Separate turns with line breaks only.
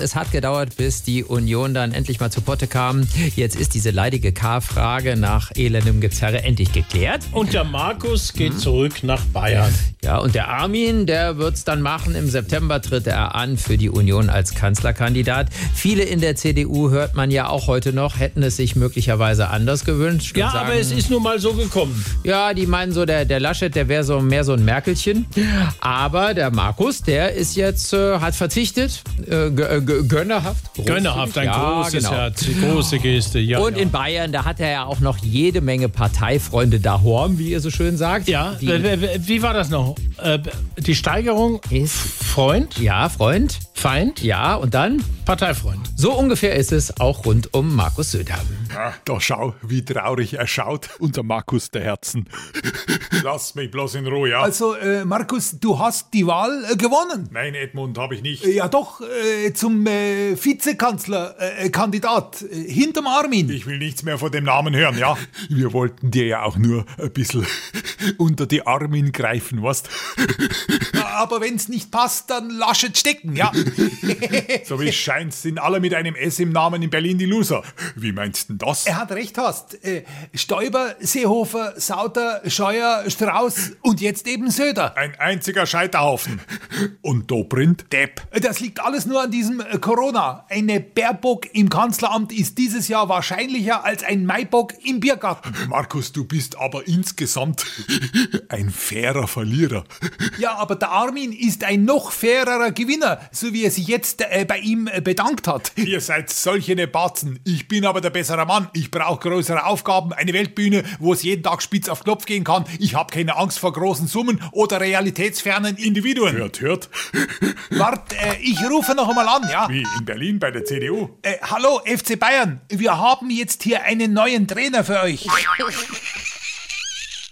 es hat gedauert, bis die Union dann endlich mal zu Potte kam. Jetzt ist diese leidige K-Frage nach elendem Gezerre endlich geklärt.
Und der Markus geht zurück nach Bayern.
Ja, und der Armin, der wird's dann machen. Im September tritt er an für die Union als Kanzlerkandidat. Viele in der CDU, hört man ja auch heute noch, hätten es sich möglicherweise anders gewünscht. und
Ja,
sagen,
aber es ist nun mal so gekommen.
Ja, die meinen so, der, der Laschet, der wäre so mehr so ein Merkelchen. Aber der Markus, der ist jetzt, äh, hat verzichtet, äh, gö- gö- gönnerhaft. großzügig.
Gönnerhaft, ein
ja,
großes
genau.
Herz, die große Geste. Ja,
Und
ja.
in Bayern, da hat er ja auch noch jede Menge Parteifreunde dahorm, wie ihr so schön sagt.
ja,
Die-
w- w- wie war das noch? Äh, Die Steigerung
Ist,
Freund,
ja, Freund.
Feind,
Ja, und dann,
Parteifreund.
so ungefähr ist es auch rund um Markus Söder.
Da schau, wie traurig er schaut.
Unser Markus der Herzen.
Lass mich bloß in Ruhe, ja?
Also, äh, Markus, du hast die Wahl äh, gewonnen.
Nein, Edmund, habe ich nicht.
Ja, doch, äh, zum äh, Vizekanzlerkandidat äh, Kandidat, äh, hinterm Armin.
Ich will nichts mehr von dem Namen hören, ja?
Wir wollten dir ja auch nur ein bisschen unter die Armin greifen, weißt
Aber wenn's nicht passt, dann Laschet stecken, ja.
So wie es scheint, sind alle mit einem S im Namen in Berlin die Loser.
Wie meinst denn das?
Er hat recht, Horst. Äh, Stoiber, Seehofer, Sauter, Scheuer, Strauß und jetzt eben Söder.
Ein einziger Scheiterhaufen.
Und Dobrindt?
Depp.
Das liegt alles nur an diesem äh, Corona. Eine Baerbock im Kanzleramt ist dieses Jahr wahrscheinlicher als ein Maibock im Biergarten.
Markus, du bist aber insgesamt ein fairer Verlierer.
Ja, aber der Armin ist ein noch fairerer Gewinner, so wie er sich jetzt äh, bei ihm äh, bedankt hat.
Ihr seid solche Nebatzen. Ich bin aber der bessere Mann. Ich brauche größere Aufgaben, eine Weltbühne, wo es jeden Tag spitz auf Knopf gehen kann. Ich habe keine Angst vor großen Summen oder realitätsfernen Individuen.
Hört, hört.
Wart, äh, ich rufe noch einmal an, ja?
Wie in Berlin bei der CDU.
Äh, hallo, FC Bayern, wir haben jetzt hier einen neuen Trainer für euch.